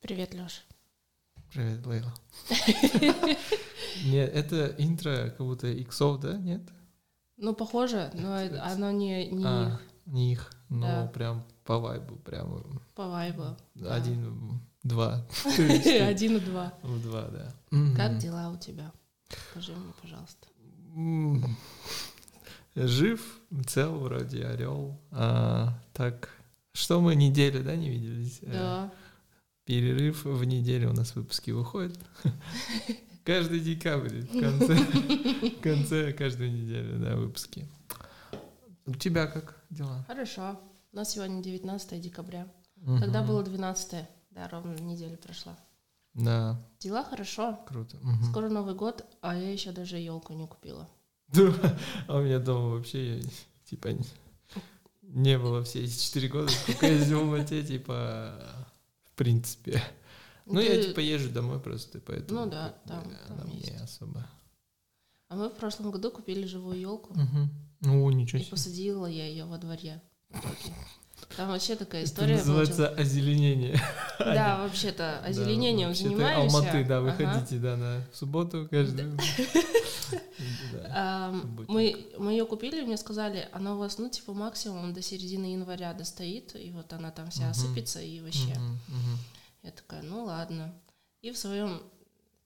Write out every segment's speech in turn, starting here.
Привет, Леша. Привет, Лейла. Нет, это интро как будто иксов, да? Нет? Ну, похоже, но Это- это- оно не, не А, их Не их, Да. но прям по вайбу, прям по вайбу. Да. один, два, три, четыре. Один и два. Ну, два, да. Как дела у тебя? Скажи мне, пожалуйста. М. Жив, цел, вроде орел. А, так, что мы неделю, да, не виделись? Э, Да. Перерыв в неделю у нас выпуски выходят. Каждый декабрь, в конце, в конце каждой недели, да, выпуски. У тебя как дела? Хорошо. У нас сегодня 19 декабря. Тогда Мгм. было 12. Да, ровно неделя прошла. Да, Дела хорошо. круто. Мгм. Скоро Новый год, а я еще даже елку не купила. Да, А у меня дома вообще, я, типа, не- не было все эти четыре года, сколько я ездил в Мате, типа, в принципе. Ну, я, Ты- типа, езжу домой просто, поэтому... Ну да, как бы, там- там она мне есть. особо. А мы в прошлом году купили живую елку Мгм. Ну, ничего и себе. посадила я ее во дворе. в итоге. Там вообще такая Это история получилась. называется озеленение. Да, вообще-то Да, озеленением вообще-то занимаемся. Алматы, да, Ага. выходите, да, на субботу каждую. Да. Ам, Субботник. Эм, Мы, мы ее купили, мне сказали, она у вас, ну, типа, максимум до середины января достоит, и вот она там вся Мгм. осыпется, и вообще. Мгм, мгм. Я такая, ну ладно. И в своем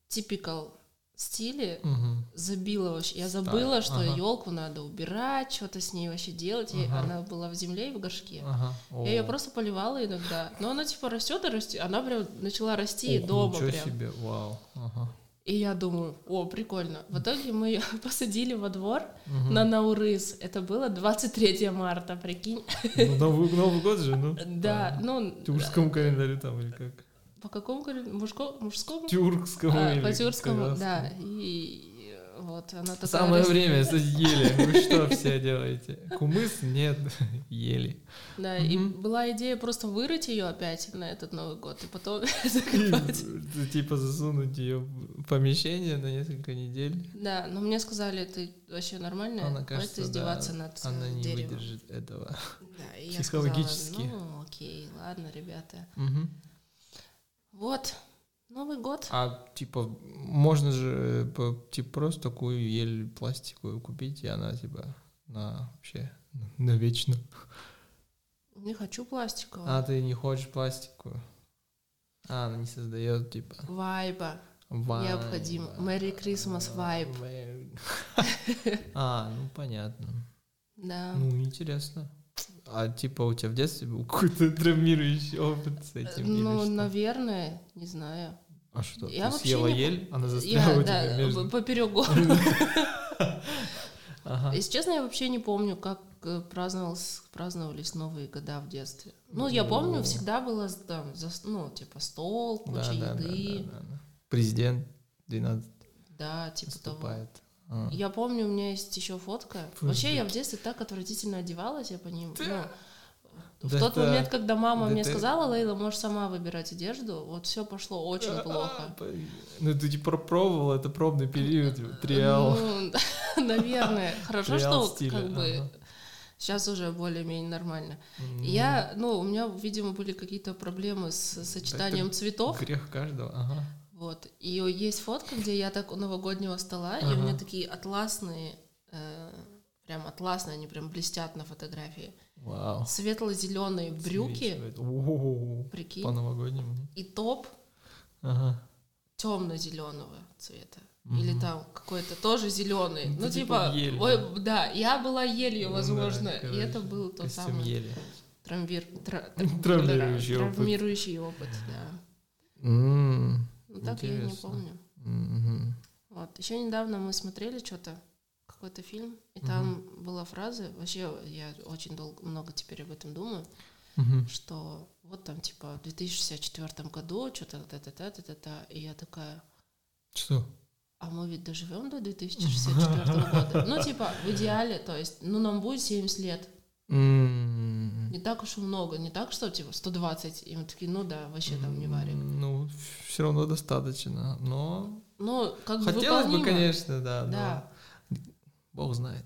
типикал стиле Мгм. забила вообще. Я Стайл, забыла, что ага. елку надо убирать, что-то с ней вообще делать. И Ага. она была в земле и в горшке. Ага. О. Я ее просто поливала иногда. Но она типа растет и растет. Она прям начала расти Ух, дома Ничего прям. себе, вау. Ага. И я думаю, о, прикольно. В итоге мы ее посадили во двор Мгм. на Наурыз. Это было 23 марта, прикинь. Ну, Новый, Новый год же, ну. Да, А, ну, В тюркском календарю там или как? по какому говорю, мужко- мужскому? Тюркскому А, или по тюркскому, казахскому. да. И вот она такая... Самое раз- время, кстати, ели. Вы что все делаете? Кумыс? Нет, ели. Да, и Мгм. была идея просто вырыть ее опять на этот Новый год и потом И, закопать. э, Типа засунуть ее в помещение на несколько недель. Да, но мне сказали, ты вообще нормальная, Она, хватит кажется, да, издеваться над э, Она не деревом. выдержит этого. Да, и я сказала, Психологически. ну окей, ладно, ребята. Мгм. Вот, Новый год. А типа можно же э, по- типа просто такую ель пластиковую купить, и она типа на вообще навечно. Не хочу пластикового. А ты не хочешь пластиковую? А, она не создает типа Вайба. вайб. А, Необходим. Merry Christmas вайб. Merry- А, ну понятно. Да. Ну, интересно. А типа у тебя в детстве был какой-то травмирующий опыт с этим? или Ну, что? наверное, не знаю. А что, я ты вообще съела не пом- ель, она застряла Я, у тебя да, между... поперек горло. Ага. Если честно, я вообще не помню, как э, праздновался- праздновались новые года в детстве. Ну, я Ну. помню, всегда было с- там, за, ну, типа, стол, Да, куча да, да, еды. Да, да, да, да. Президент 12 типа того. выступает. А. Я помню, у меня есть еще фотка. Фу, Вообще, блин. я в детстве так отвратительно одевалась, я по ним. ну, Да в тот это- момент, когда мама да мне это- сказала, Лейла, можешь сама выбирать одежду, вот все пошло очень плохо. А, Э, Ну, ты типа пробовал, это пробный период, типа, триал. Ну, наверное. Хорошо, Триал что стиля, как бы ага. сейчас уже более-менее нормально. М, Я, ну, у меня, видимо, были какие-то проблемы с сочетанием цветов. Грех каждого, ага. Вот. И есть фотка, где я так у новогоднего стола, и у Ага. меня такие атласные, э, прям атласные, они прям блестят на фотографии. Вау. Светло-зеленые брюки, Свечивает. О, прикинь, По-новогоднему. и топ Ага. темно-зеленого цвета. Мгм. Или там какой-то тоже зеленый. Ну, Ну, ты типа, типа ель, ой, да. да, я была елью, Ну возможно. да, и это короче, был тот Костюм самый ели. травмир- тра- Травмирующий опыт. травмирующий опыт. да. М, Ну, так я и не Интересно. помню. М-м-м. мгм. Вот. Еще недавно мы смотрели что-то, какой-то фильм, и там была фраза, вообще я очень долго, много теперь об этом думаю, Мгм. что вот там типа в 2064 году что-то та-та-та-та-та, и я такая, Что? а мы ведь доживем до 2064 года. Ну, типа, в идеале, то есть, ну, нам будет 70 лет. М, Не так уж и много, не так, что, типа, 120. И мы такие, ну да, вообще там не варим. Ну, все равно достаточно, но... Ну, как бы Хотелось бы, выполнимо. конечно, да, Да. но... Бог знает.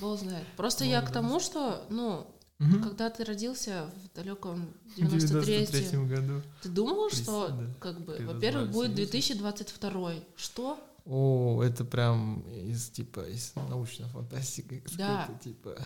Бог знает. Просто я Ну, к да. тому, что, ну, Мгм. Когда ты родился в далеком В 93-м, 93 году. ты думал, Прис- что, да. как бы, Ты во-первых, будет назвался, 2022 Что? О, это прям из типа из научной фантастики. Да. какой-то, Типа. Ты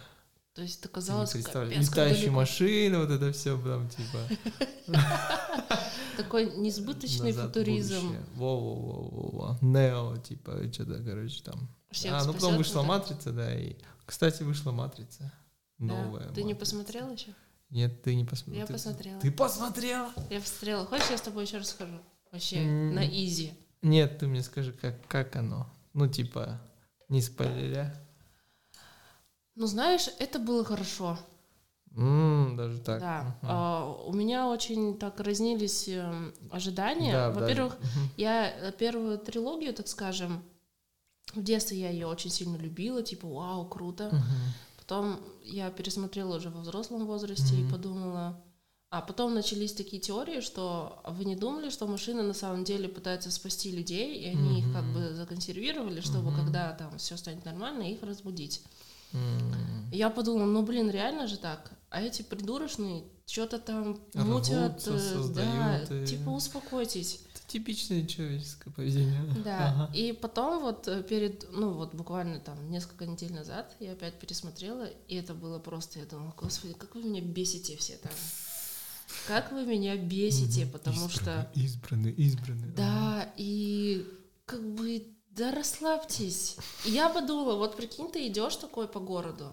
То есть это не казалось представляешь. капец, как Летающие далеко. машины, вот это все прям типа. Такой несбыточный назад в футуризм. будущее. Во-во-во-во-во. Нео, типа, и что-то, короче, там. Всех а, ну спасет, потом вышла вот так. матрица, да, и. Кстати, вышла матрица. Да. Новая. Ты не «Матрица». посмотрела еще? Нет, Ну, ты не посмотрела. Я посмотрела. Ты посмотрела? Я посмотрела. Хочешь, я с тобой еще расскажу? Вообще, М. на изи. Нет, ты мне скажи, как, как оно. Ну, типа, не спойлеря. Ну, знаешь, это было хорошо. М, даже так. Да. Мгм. А, у меня очень так разнились эм, ожидания. Да, даже. Во-первых, Мгм. я э, первую трилогию, так скажем, в детстве я ее очень сильно любила, типа, вау, круто. Мгм. Потом я пересмотрела уже во взрослом возрасте и Мгм. подумала... А потом начались такие теории, что вы не думали, что машины на самом деле пытаются спасти людей, и они их как Мгм. бы законсервировали, чтобы Мгм. когда там все станет нормально, их разбудить. М. Я подумала, ну блин, реально же так. А эти придурочные что-то там мутят, Рвутся, э, да, создают и- типа успокойтесь. Это типичное человеческое поведение. Да. Ага. И потом вот э, перед, ну вот буквально там несколько недель назад я опять пересмотрела, и это было просто, я думала, господи, как вы меня бесите все там. Как вы меня бесите, Мгм. потому что... Избранные, Избранные, избранные. Ага. Да, и как бы, да расслабьтесь. И я подумала, вот прикинь, ты идешь такой по городу,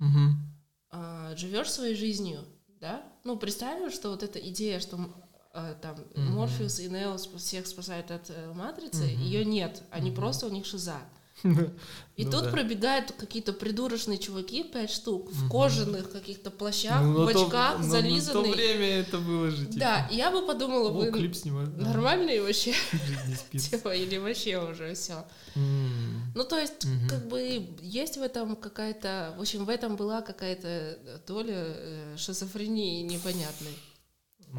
а, Мгм. живешь своей жизнью, да? Ну, представим, что вот эта идея, что м, а, там Мгм. Морфеус и Нео спа- всех спасают от э, матрицы, Мгм. ее нет, они Мгм. просто у них шиза. И Ну тут да. пробегают какие-то придурочные чуваки, пять штук, в Мгм. кожаных каких-то плащах, Ну, в на то- очках, на- на зализанные. то время это было же, типа. Да, и я бы подумала, О, вы клип снимают. да. нормальные вообще, Жизнь не спится. типа, или вообще уже все. М. Ну, то есть, Мгм. как бы, есть в этом какая-то... В общем, в этом была какая-то доля э, шизофрении непонятной.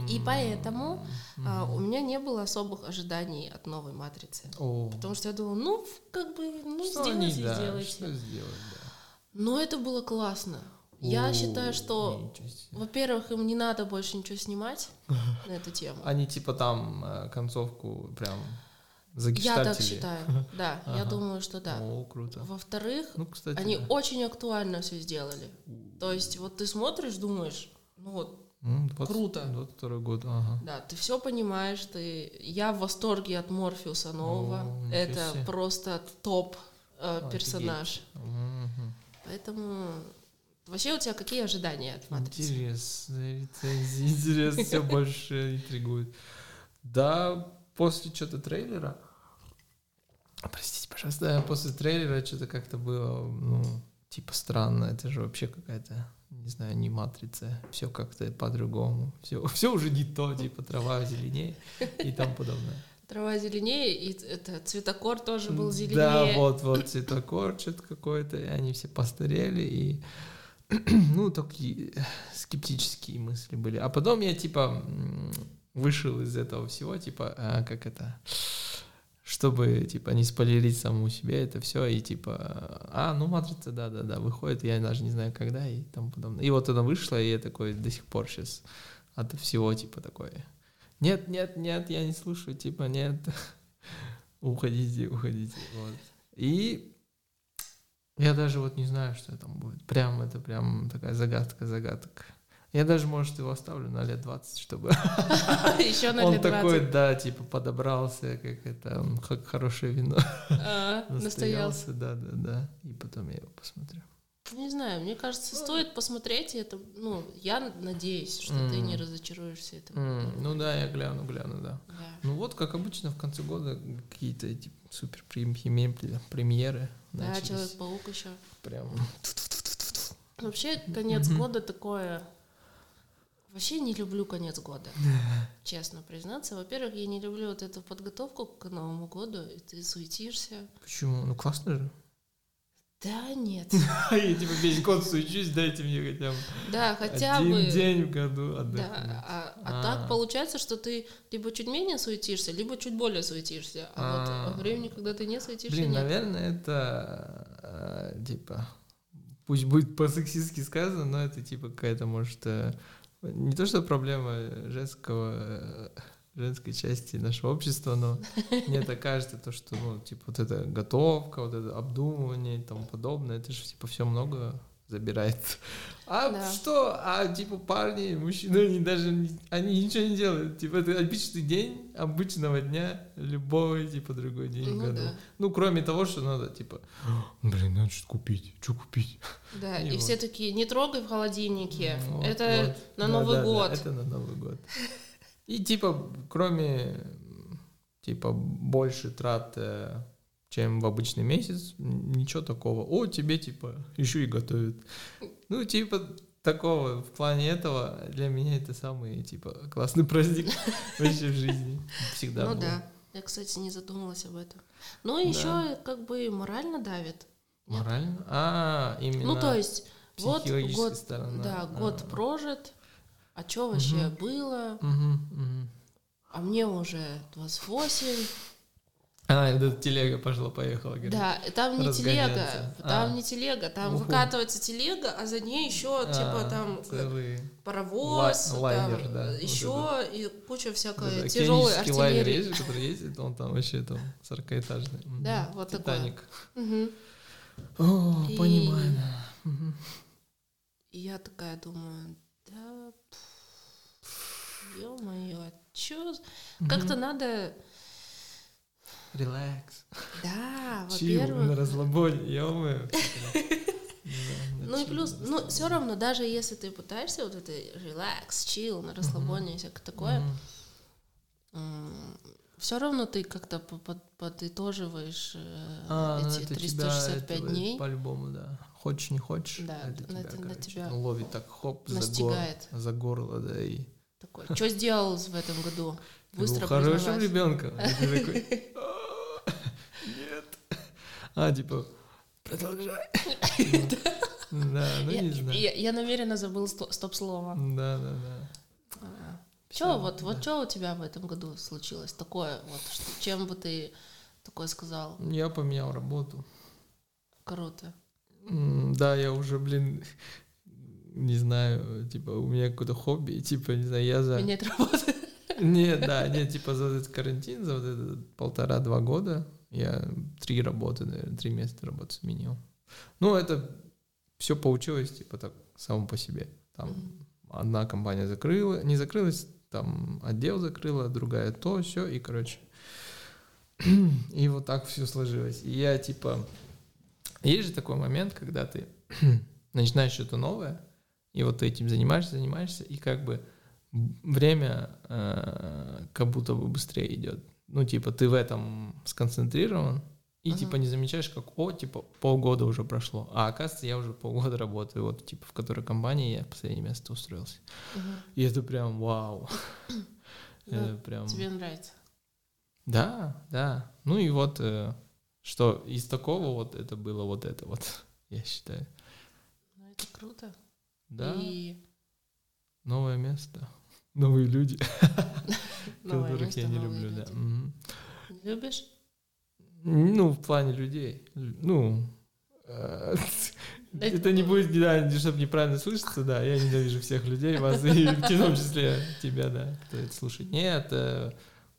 И М. поэтому, А, Мгм. у меня не было особых ожиданий от новой «Матрицы». О. Потому что я думала, ну, в- как бы, ну, Что сделайте они, и да, сделайте. Что сделать, да. Но это было классно. Я О, считаю, что, ничего себе. во-первых, им не надо больше ничего снимать на эту тему. Они типа там э, концовку прям Я загештальтили. так считаю, да, я Ага. думаю, что да. О, круто. Во-вторых, Ну, кстати, они да. очень актуально все сделали. То есть вот ты смотришь, думаешь, ну вот, М, 20 круто. 22 год, ага. да, ты все понимаешь, ты... Я в восторге от Морфеуса О, нового. ничего Это себе. просто топ э, Офигеть. персонаж. Мгм. Поэтому вообще у тебя какие ожидания от матрицы? Интересно, рецензии, интересно, все больше интригует. Да, после что-то трейлера, простите, пожалуйста, да, после трейлера что-то как-то было, ну, типа странно, это же вообще какая-то, не знаю, не матрица, все как-то по-другому, все, все уже не то, типа трава зеленее и тому подобное. Трава зеленее, и ц- это цветокор тоже был зеленее. Да, вот, вот цветокор что-то какой-то, и они все постарели, и ну, такие скептические мысли были. А потом я, типа, м, вышел из этого всего, типа, а, как это, чтобы, типа, не спойлерить самому себе это все, и, типа, а, ну, «Матрица», да-да-да, выходит, я даже не знаю, когда, и тому подобное. И вот она вышла, и я такой до сих пор сейчас от всего, типа, такой, нет, нет, нет, я не слушаю, типа, нет, уходите, уходите. Вот. И я даже вот не знаю, что там будет. Прям это прям такая загадка, загадка. Я даже, может, его оставлю на лет 20, чтобы Еще А на он лет такой, 20. да, типа подобрался, как это, м, как хорошее вино. А, Настоялся. Настоялся, да, да, да. И потом я его посмотрю. Не знаю, мне кажется, стоит посмотреть, и это, ну, я надеюсь, что ты не М. разочаруешься этим. М, Ну да, я гляну, гляну, да. Да. Ну вот, как обычно, в конце года какие-то типа, супер премьеры Да, начались. Человек-паук еще. Прям Вообще, конец Мгм. года такое... Вообще не люблю конец года, честно признаться. Во-первых, я не люблю вот эту подготовку к Новому году, и ты суетишься. Почему? Ну классно же. Да нет. Я типа весь год сучусь, дайте мне хотя бы Да, хотя один бы... день в году отдохнуть. Да, а, а А. так получается, что ты либо чуть менее суетишься, либо чуть более суетишься. А вот А. во времени, когда ты не суетишься, Блин, нет. наверное, это э, типа пусть будет по-сексистски сказано, но это типа какая-то, может, э, не то что проблема женского э, женской части нашего общества, но мне так кажется, то, что, ну, типа, вот эта готовка, вот это обдумывание и тому подобное, это же, типа, все много забирает. А Да. что? А, типа, парни, мужчины, они даже, не- они ничего не делают. Типа, это обычный день, обычного дня, любой, типа, другой день в Ну году. да. Ну, кроме того, что надо, типа, блин, надо что-то купить, что купить? Да, и И вот. Ну, все такие, не трогай в холодильнике, Вот, это вот. на Да, Новый да, да, год. это на Новый год. И типа, кроме м, типа больше трат, э, чем в обычный месяц, м, ничего такого. О, тебе типа еще и готовят. Ну, типа такого, в плане этого, для меня это самый, типа, классный праздник вообще в жизни. Всегда ну был. да, я, кстати, не задумалась об этом. Ну Да. и еще как бы морально давит. Морально? А, именно Ну то есть вот психологическая год, сторона. да, А. год прожит, а что вообще Мгм. было, Мгм, мгм. а мне уже 28. А, это телега пошла-поехала. говорит. Да, и там не телега, разгоняться. там А. не телега, там Уху. выкатывается телега, а за ней еще типа А, там э, целый паровоз, Ла- лайнер, да, вот еще и куча всякой Да, тяжелой океанический лайнер артиллерии. есть, который ездит, он там вообще там 40-этажный. Мгм. Да, вот такое. Титаник. Мгм. О, И- понимаю. Мгм. И я такая думаю, да, пф, ё-моё, а чё? за- Как-то надо, Релакс. да, Чил на во-первых. разлабоне, ё-моё. Ну и плюс, ну все равно, даже если ты пытаешься вот это релакс, чил, на расслабоне и всякое такое, все равно ты как-то по- по- подытоживаешь э, А, эти 365 дней. По-любому, да. Хочешь, не хочешь, Да, это на- тебя, это на короче, ну, тебя ловит так, хоп, за горло, настигает. за горло, да, и... Такой, что сделал в этом году? Быстро Был хорошим признавать. ребенком. И ты такой, «А, Нет. А, типа, продолжай. Да, ну я, не знаю. я- я намеренно забыл сто- стоп-слово. Да, да, да. Что вот, вот что у тебя в этом году случилось такое, вот, что- чем бы ты такое сказал? Я поменял работу. Круто. М, Да, я уже, блин, не знаю, типа, у меня какое-то хобби, типа, не знаю, я за... Менять работу. Нет, да, нет, типа за этот карантин, за вот этот полтора-два года я три работы, наверное, три места работы сменил. Ну, это все получилось, типа так, само по себе. Там Мгм. одна компания закрыла, не закрылась, там отдел закрыла, другая то, все, и, короче. И вот так все сложилось. И я, типа, есть же такой момент, когда ты начинаешь что-то новое, и вот ты этим занимаешься, занимаешься, и как бы время э, как будто бы быстрее идет. Ну, типа, ты в этом сконцентрирован, и, Ага. типа, не замечаешь, как, о, типа, полгода уже прошло. А оказывается, я уже полгода работаю, вот, типа, в которой компании я в последнее место устроился. Мгм. И это прям вау. Это прям... Тебе нравится. Да, да. Ну и вот, э, что из такого вот это было вот это вот, я считаю. Ну, это круто. Да, И новое место, новые люди, новое которых место, я не новые люблю, да. люди. Мгм. Не Любишь? Ну, в плане людей. Ну, э, это не будет, да, чтобы неправильно слышаться, да, я ненавижу всех людей, вас и в том числе тебя, да, кто это слушает. Нет, э,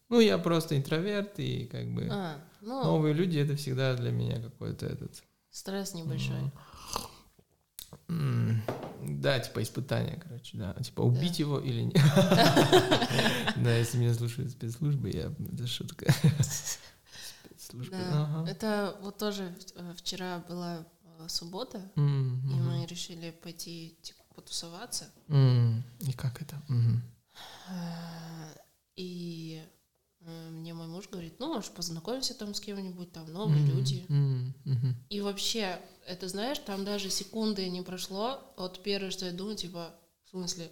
ну, я просто интроверт, и как бы А, ну, новые люди — это всегда для меня какой-то этот... стресс небольшой. м, Да, типа испытание, короче, да. Типа убить его или нет. Да, если меня слушают спецслужбы, я... Это шутка. Спецслужбы, Да, ага. это вот тоже э, вчера была э, суббота, М, и мгм. мы решили пойти типа потусоваться. М, И как это? Мгм. А, И э, мне мой муж говорит, ну, может, познакомимся там с кем-нибудь, там новые М, люди. м, мгм. И вообще, это знаешь, там даже секунды не прошло. Вот первое, что я думаю, типа, в смысле,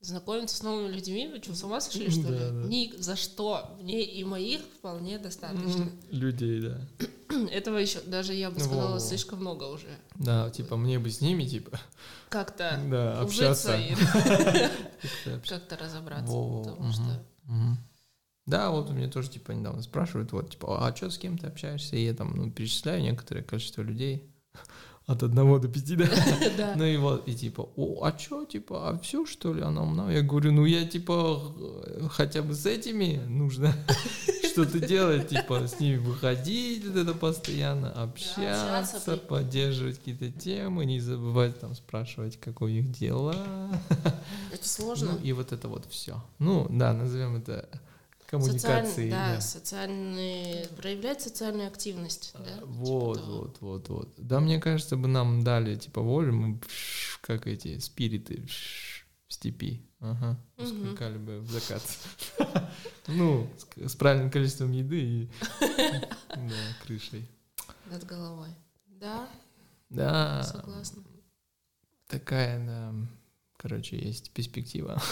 знакомиться с новыми людьми, вы что, с ума сошли, что Да, ли? да. Ни за что. Мне и моих вполне достаточно. М, Людей, да. Этого еще, даже я бы Ну, сказала, во-во. слишком много уже. Да, типа мне бы с ними, типа, Как-то да, ужиться общаться. и Как-то общаться. как-то разобраться. Во-во, Потому мгм. что Мгм. Да, вот у меня тоже, типа, недавно спрашивают, вот, типа, а что, с кем ты общаешься? И я там, ну, перечисляю некоторое количество людей. От одного до пяти, да? Да. Ну и вот, и типа, о, а чё, типа, а все, что ли, она умна? Я говорю, ну я, типа, э, хотя бы с этими нужно что-то делать, типа, с ними выходить вот это постоянно, общаться, общаться, при- поддерживать какие-то темы, не забывать там спрашивать, как у них дела. Это Ну сложно. и вот это вот все. Ну, да, назовем это коммуникацией. Социальный, да, да. социальный, проявлять социальную активность, да? типа А, Э, Вот, того. вот, вот, вот. Да, мне кажется, бы нам дали типа волю, мы б, пш, как эти спириты пш, в степи, ага, Мгм. ускакали бы в закат. Ну, с к- с правильным количеством еды и да, крышей. Над головой. Да, Да, согласна. такая, да, короче, есть перспектива.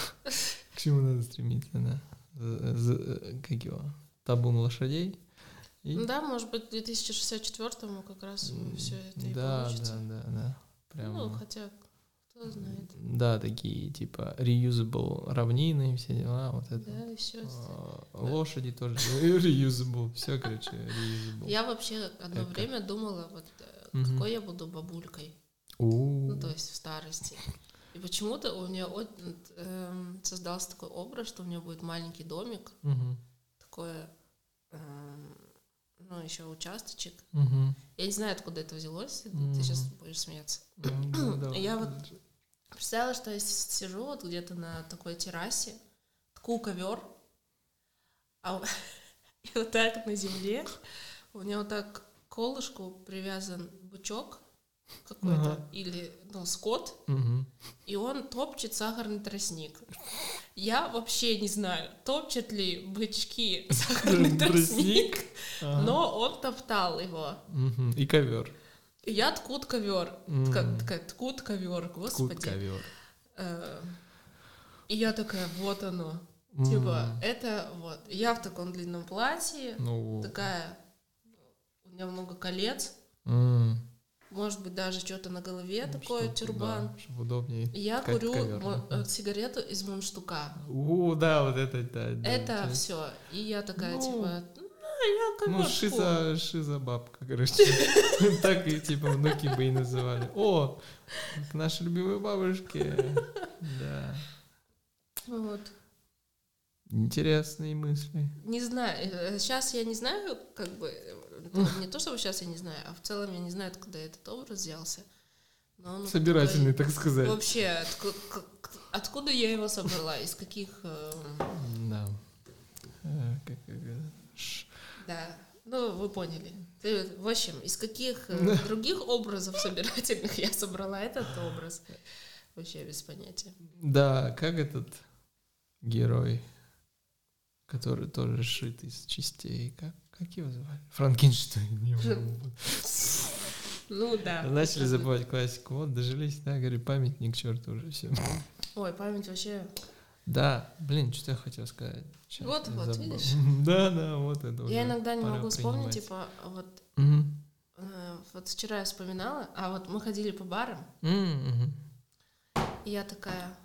К чему надо стремиться, да? З- з- Как его? Табун лошадей? И- Ну да, может быть, к 2064-му как раз все это и Да, получится. да, да, да. Ну, Прям. хотя, кто знает. Да, такие типа reusable равнины, все дела, вот это. Да, и все. А, Лошади тоже reusable, все, короче, reusable. Я вообще одно Эко. время думала, вот э, Мгм. какой я буду бабулькой, У. ну то есть в старости. И почему-то у меня о- эм, создался такой образ, что у меня будет маленький домик, Мгм. такое, эм, ну еще участочек. Мгм. Я не знаю, откуда это взялось, ты Мгм. сейчас будешь смеяться. Ну, да, давай. Я вот Представила, что я с- сижу вот где-то на такой террасе, тку ковер, а у- и вот так на земле у меня вот так к колышку привязан бычок какой-то Ага. или ну, скот, Мгм. и он топчет сахарный тростник. Я вообще не знаю, топчет ли бычки сахарный Тростник? тростник, Ага. но он топтал его. Мгм. И ковер. И я ткут ковер, Мгм. такая ткут ковер, Кут господи. ковер. Э, И я такая, вот оно. М. Типа, это вот. Я в таком длинном платье, Ну. такая, у меня много колец, м. может быть, даже что-то на голове Ну, такое, чтоб, тюрбан. да, чтоб удобнее. И Я ткать курю ковер, мо- да. э, сигарету из мундштука. У, да, вот это, да. да, Это да. все. И я такая, Ну, типа, ну, я Ну, ковёр ткну». шиза, шиза бабка, короче. Так и типа внуки бы и называли. О, к нашей любимой бабушке. Да. Вот. Интересные мысли. Не знаю, сейчас я не знаю, как бы, э, не то чтобы сейчас я не знаю, а в целом я не знаю, откуда этот образ взялся. Но он Собирательные, так сказать. Вообще, отку- к- к- откуда я его собрала? Из каких... эм, Да. Э, как- как это? Ш- Да. Ну, вы поняли. Ты- В общем, из каких э, других образов собирательных я собрала этот образ? Вообще без понятия. Да, как этот герой, который тоже шит из частей, как, как его звали? Франкенштейн. не могу. Ну да. Начали забывать классику. Вот, дожились, да, говорю, памятник, черт уже все. Ой, память вообще... Да, блин, что я хотел сказать. Щас Вот, я вот, забыл. видишь? Да, да, вот это. уже Я иногда не пора могу вспомнить, принимать. типа, вот, Мгм. э, вот вчера я вспоминала, а вот мы ходили по барам, М, мгм. И я такая...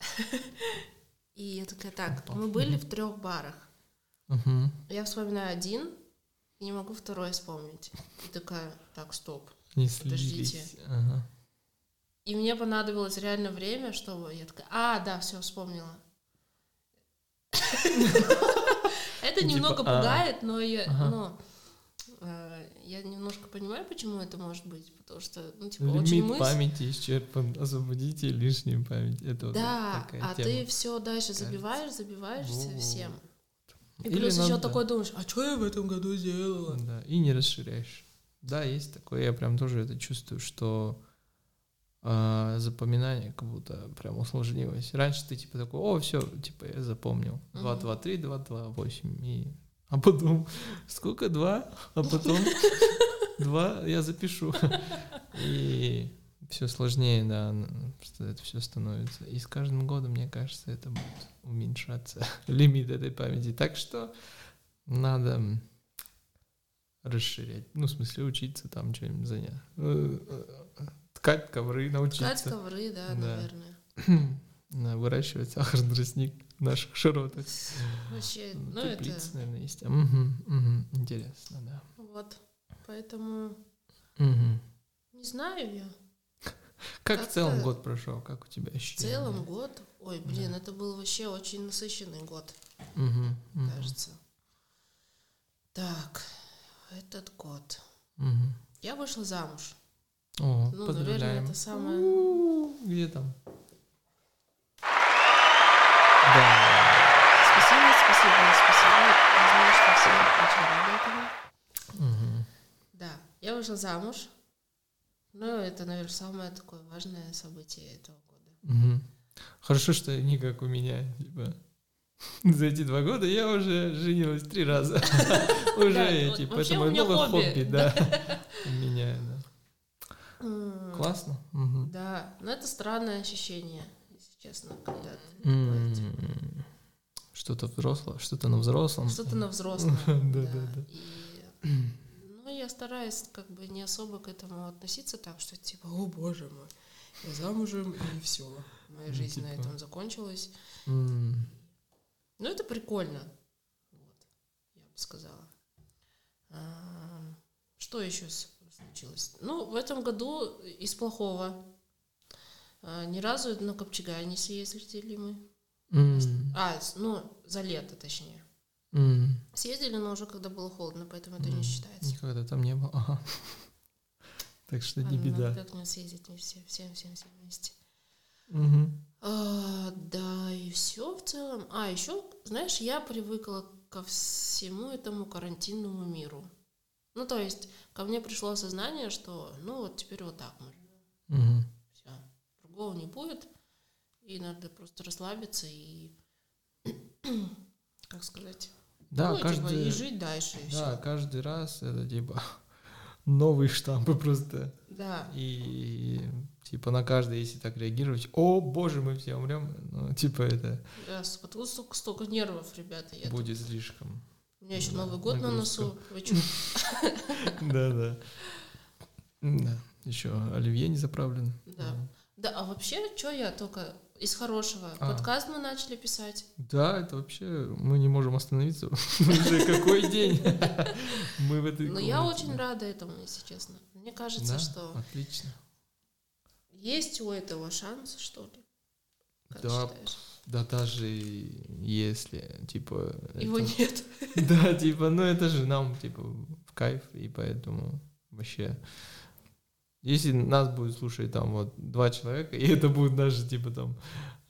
И я такая, так, Опа. мы были в трех барах. Мгм. Я вспоминаю один, и не могу второй вспомнить. И такая, так, стоп. Не Подождите. слились. Ага. И мне понадобилось реально время, чтобы... Я такая, а, да, все, вспомнила. Это Типа, немного а. пугает, но я, Ага. но, э, я немножко понимаю, почему это может быть, потому что, ну, типа, очень Лимит мысль... памяти исчерпан. Освободите лишнюю память. Это вот Да, такая а тема. ты все дальше забиваешь, забиваешься Во-во-во. всем. И Или плюс еще надо- такой думаешь, а что я в этом году сделала? Да, и не расширяешь. Да, есть такое. Я прям тоже это чувствую, что а, запоминание как будто прям усложнилось. Раньше ты типа такой, о, все, типа я запомнил. 2, Мгм. 2, 3, 2, 2, 8. И... А потом, сколько? 2, а потом 2 я запишу. И все сложнее, да, н- что это все становится. И с каждым годом, мне кажется, это будет уменьшаться лимит этой памяти. Так что надо м, расширять. Ну, в смысле, учиться там чем-нибудь заняться. Э, э, Ткать ковры, Ткать научиться. ковры, да, Да. наверное. Да, Выращивать сахарный тростник в наших широтах. Вообще, ну это... Теплицы, наверное, есть. а? Мгм, мгм. Интересно, да. Вот. Поэтому Мгм. Не знаю я. Как, в Как-то- целом год прошел? Как у тебя В ощущение? целом год. Ой, блин, это был вообще очень насыщенный год, кажется. Так, этот год. Я вышла замуж. О, Ну, наверное, поздравляем. это самое... У, Ну, Где там? Да. Спасибо, спасибо, спасибо. Я знаю, что все очень рады этому. Мгм. Да, я вышла замуж. Ну, это, наверное, самое такое важное событие этого года. Мгм. Хорошо, что не как у меня, типа. За эти два года я уже женилась три раза. Уже типа, Да, эти, вот вообще поэтому у меня новое хобби. хобби, да. У меня, да. М, Классно. Мгм. Да, но это странное ощущение, если честно, когда ты такой, типа, М. Что-то взрослое, что-то на взрослом. что-то на взрослом. Да, да, да. И, ну, я стараюсь как бы не особо к этому относиться так, что типа, о боже мой, я замужем, и все. Моя Ну, жизнь на типа. этом закончилась. М. Ну, это прикольно, вот, я бы сказала. А, Что еще с- случилось? Ну, в этом году из плохого. А, Ни разу на Копчегай не съездили мы. М. А, с- ну, за лето, точнее. М. Съездили, но уже когда было холодно, поэтому это М. не считается. Никогда там не было. Ага. Так что не Ладно, надо беда. как-нибудь ну, съездить мы все, всем, всем, всем вместе. Мгм. А, да, и все в целом. А, еще, знаешь, я привыкла ко всему этому карантинному миру. Ну, то есть, ко мне пришло осознание, что ну вот теперь вот так мы Мгм. все. Другого не будет. И надо просто расслабиться и как сказать. Да, ну, типа, каждый, и жить дальше, и да, все. каждый раз это типа новые штампы просто. Да. И типа на каждый, если так реагировать, о боже, мы все умрем, ну типа это Раз. Откуда столько, столько нервов, ребята? Я тут- будет слишком. У меня еще да, Новый год на нагрузка. носу. Вы чё? Да, да. Да. Еще оливье не заправлен. Да. Да, а вообще, что я только из хорошего? А. Подкаст мы начали писать. Да, это вообще мы не можем остановиться. Уже какой день? Мы в этой. Но Ну, я комнате. очень рада этому, если честно. Мне кажется, Да? А. что Отлично. есть у этого шанс, что ли? Как Да, считаешь? Да даже если, типа... Его это- нет. Да, типа, ну это же нам, типа, в кайф, и поэтому вообще... Если нас будет слушать там вот два человека, и это будут наши, типа, там,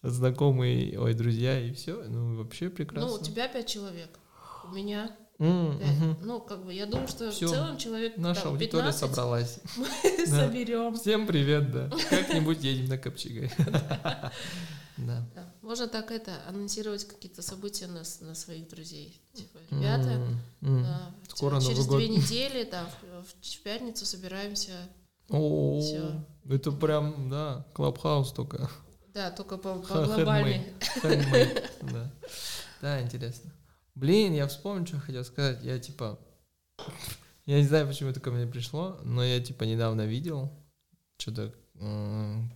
знакомые, ой, друзья, и все, ну вообще прекрасно. Ну, у тебя пять человек. У меня М, пять. мгм. Ну, как бы, я думаю, что Всё. в целом человек Наша там, аудитория 15 собралась. Да. соберем. Всем привет, да. Как-нибудь едем на Копчигай. Да. Да. Можно так это, анонсировать какие-то события на, с- на своих друзей. Типа, ребята, М, м. а, Скоро через Новый две год. недели, там, в- в пятницу собираемся О, Всё. это прям, да, клабхаус только. Да, только по, по Ха- глобальной. Handmade, Да. Да, интересно. Блин, я вспомнил, что хотел сказать. Я типа... Я не знаю, почему это ко мне пришло, но я типа недавно видел что-то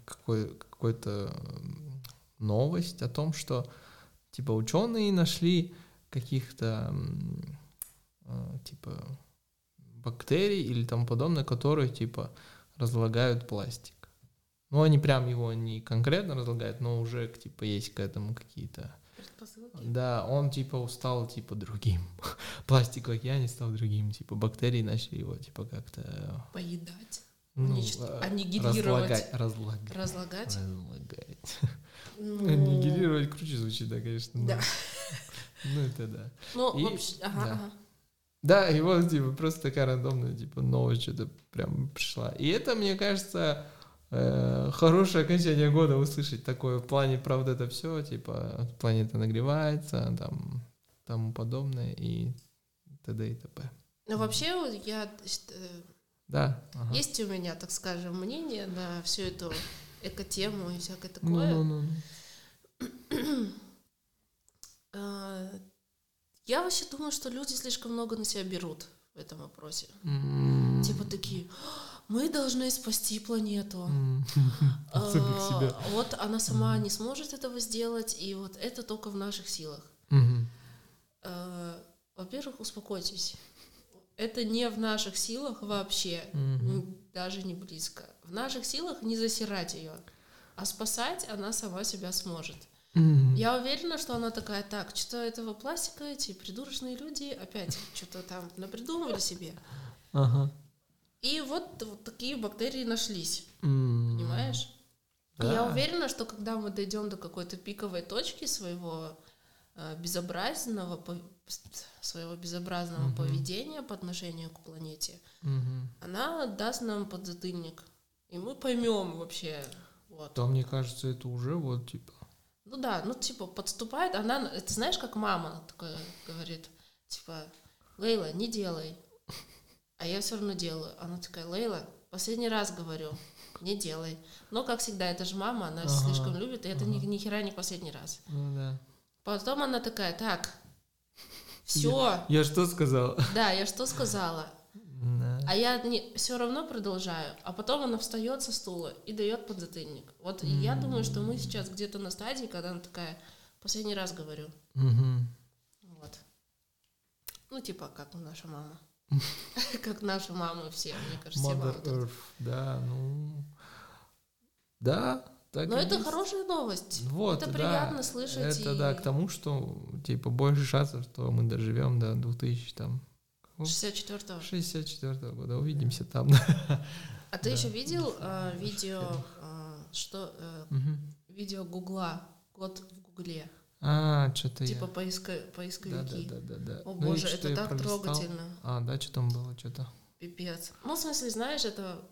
какой, какой-то м, новость о том, что типа ученые нашли каких-то м, э, типа бактерий или тому подобное, которые типа разлагают пластик. Ну, они прям его не конкретно разлагают, но уже к- типа есть к этому какие-то. Предпосылки. Да, он типа устал типа другим. Пластик в океане стал другим, типа бактерии начали его типа как-то Поедать, ну, Уничтож- э, аннигилировать. разлагать, разлагать, разлагать. разлагать. Ну, Аннигилировать круче звучит, да, конечно. но- Да. Ну, это да. Ну, И- вообще, ага, да. ага. Да, и вот, типа, просто такая рандомная, типа, новость что-то прям пришла. И это, мне кажется, э, хорошее окончание года услышать такое. В плане, правда, это все, типа, планета нагревается, там, тому подобное, и т.д. и т.п. Ну, вообще, вот я значит, э, Да. ага. есть у меня, так скажем, мнение на всю эту экотему и всякое Ну, такое. ну, ну, ну. А, Я вообще думаю, что люди слишком много на себя берут в этом вопросе. М. Типа такие, «А, мы должны спасти планету. М. Особо к себе. А, Вот она сама не сможет этого сделать, и вот это только в наших силах. Мгм. Э, Во-первых, успокойтесь. это не в наших силах вообще, Мгм. м, даже не близко. В наших силах не засирать ее, а спасать она сама себя сможет. Мгм. Я уверена, что она такая, так, что этого пластика, эти придурочные люди опять что-то там напридумывали себе. Ага. И вот, вот такие бактерии нашлись, М. понимаешь? И Да. Я уверена, что когда мы дойдем до какой-то пиковой точки своего э, безобразного, пов- своего безобразного Мгм. поведения по отношению к планете, Мгм. она даст нам подзатыльник. И мы поймем вообще. Вот. Да, мне кажется, это уже вот типа. Ну да, ну типа подступает, она, это знаешь, как мама такая говорит, типа, Лейла, не делай. А я все равно делаю. Она такая, Лейла, последний раз говорю, не делай. Но, как всегда, это же мама, она Ага, слишком любит, и это ни, ага. ни хера не последний раз. Ну да. Потом она такая, так, все, Я что сказал? да, я что сказала? Да. А я не, все равно продолжаю. А потом она встает со стула и дает подзатыльник. Вот и я думаю, что мы сейчас где-то на стадии, когда она такая, последний раз говорю. Мгм. Вот. Ну, типа, как наша мама. Как наши мамы все, мне кажется, все мамы Mother так. Earth, да, ну. Да, так Но и это есть. хорошая новость. Вот, это да. приятно слышать. Это и да, к тому, что типа больше шансов, что мы доживем до 2000 там ну. 64-го. 64 года. Увидимся там. А ты Да. еще видел э, Слушай, видео, фильм. э, что э, Мгм. видео Гугла, год в Гугле, А, что-то типа я. поиска- Да, поисковики. да, да, да, да. О Ну и боже, это что-то я так пролистал. трогательно. А, да, что там было, что-то. Пипец. Ну, в смысле, знаешь, это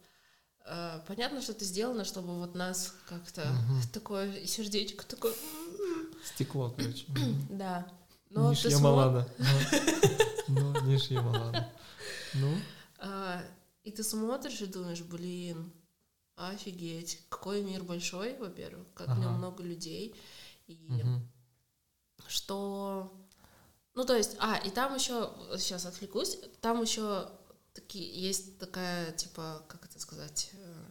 э, понятно, что это сделано, чтобы вот нас как-то Мгм. такое сердечко такое. м, Стекло, короче. Да. Но Ниш Ну, а ты смо- Ямалана. Ну, Ниш Ямалана. Ну, а, и ты смотришь и думаешь, блин, офигеть, какой мир большой, во-первых, как в нем Ага. много людей. И мгм. что... Ну, то есть, а, и там еще, сейчас отвлекусь, там еще такие, есть такая, типа, как это сказать, э,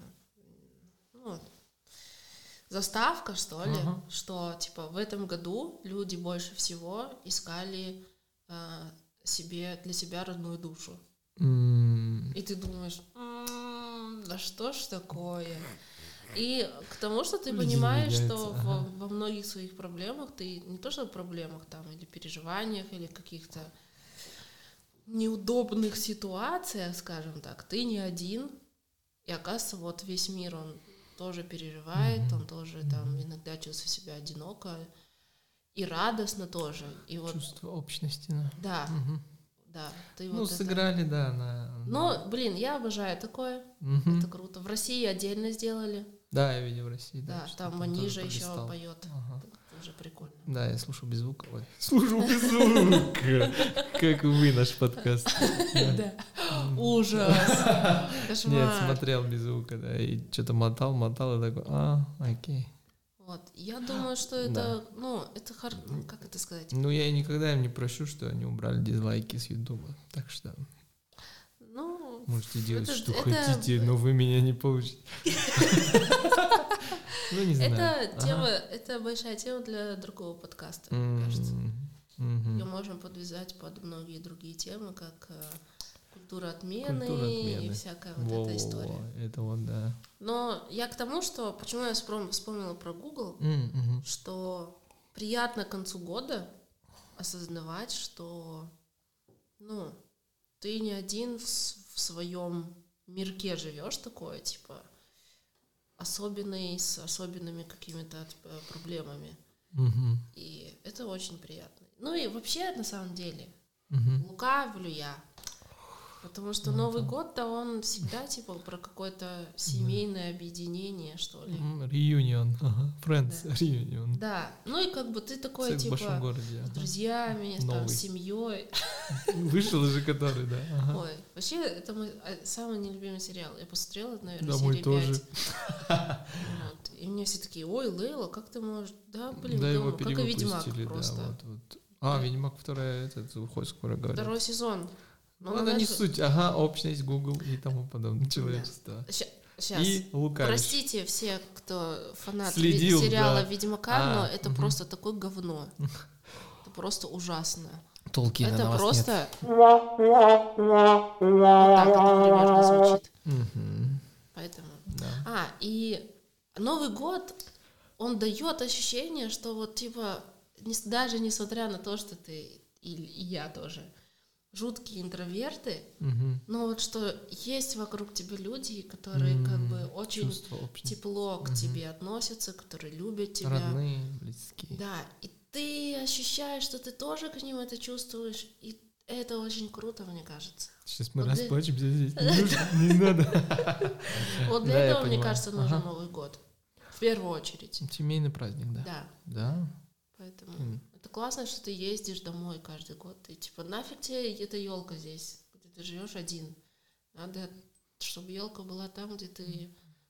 ну, заставка, что ли, Ага. что, типа, в этом году люди больше всего искали э, себе, для себя родную душу. М, И ты думаешь, «М, да что ж такое? И к тому, что ты Жизнь понимаешь, что меняется, во, ага. во многих своих проблемах ты не то что в проблемах там или переживаниях или каких-то неудобных ситуациях, скажем так, ты не один. И оказывается, вот весь мир он тоже переживает, Мгм. он тоже там иногда чувствует себя одиноко и радостно тоже. И вот Чувство общности, да. да, Мгм. да. Ты Ну, вот это- сыграли, да, на... Но, блин, я обожаю такое. Мгм. Это круто. В России отдельно сделали. Да, я видел в России, да. Да, что-то там тоже Манижа еще пролистал. поет. Ага. Тоже прикольно. Да, я слушал без звука. Ой, слушал без звука, как вы наш подкаст. Да. Ужас. Нет, Кошмар. смотрел без звука, да, и что-то мотал, мотал, и такой, а, окей. Вот. Я думаю, что это, ну, это хор- ну, как это сказать? Ну, я никогда им не прощу, что они убрали дизлайки с Ютуба, так что Ну, можете делать, Это- что это- хотите, но вы меня не получите. Ну, не знаю. это Ага. тема, это большая тема для другого подкаста, мне М, кажется. мгм. Ее можем подвязать под многие другие темы, как э, культура отмены, Культура и отмены. всякая вот эта история. Во-во-во, Это вот, да. Но я к тому, что почему я вспом- вспомнила про Google, М, мгм. что приятно к концу года осознавать, что ну, ты не один в, своем мирке живешь такое, типа особенный с особенными какими-то э, проблемами. Мгм. И это очень приятно. Ну и вообще, на самом деле, Мгм. лукавлю я. Потому что Ну Новый да. год-то он всегда типа про какое-то семейное объединение, что ли. Реюнион. Ага. Friends Да. Reunion. Да. Ну и как бы ты такой, Секс в типа, большом городе. с ага. друзьями, там, Новый. с семьей. Вышел уже который, да. ага. Ой, вообще, это мой а, самый нелюбимый сериал. Я посмотрела, это, наверное, Да, серии мой тоже. пять. Вот. И мне все такие, ой, Лейла, как ты можешь... Да, ну, блин, Да, его думаю, как и Ведьмак перевыпустили, да, просто. вот, вот. А, Ведьмак вторая, этот, выходит скоро, говорят. Второй сезон. Ну, она не суть, ага, общность, Google и тому подобное, человечество. Сейчас. И Лукавич. Простите все, кто фанат ви- Следил, сериала да. Ведьмака, но А, это мгм. просто такое говно. Это просто ужасно. Толкина на это вас нет. просто... Вот так это примерно звучит. Мгм. Поэтому... Да. А, и Новый год, он дает ощущение, что вот типа, не с- даже несмотря на то, что ты и, и я тоже жуткие интроверты, Мгм. но вот что есть вокруг тебя люди, которые как М, бы очень Чувство общее. тепло к Мгм. тебе относятся, которые любят типа тебя. Родные, близкие. Да, и ты ощущаешь, что ты тоже к ним это чувствуешь, и это очень круто, мне кажется. Сейчас мы Вот для- расплачемся здесь. Не нужно, Не надо. Вот для Э, Да, я этого, мне понимаю. кажется, нужен Ага. Новый год. В первую очередь. Семейный праздник, да. Да, Да. поэтому... М. Это классно, что ты ездишь домой каждый год. Ты типа, нафиг тебе эта елка здесь, где ты живешь один. Надо, чтобы елка была там, где ты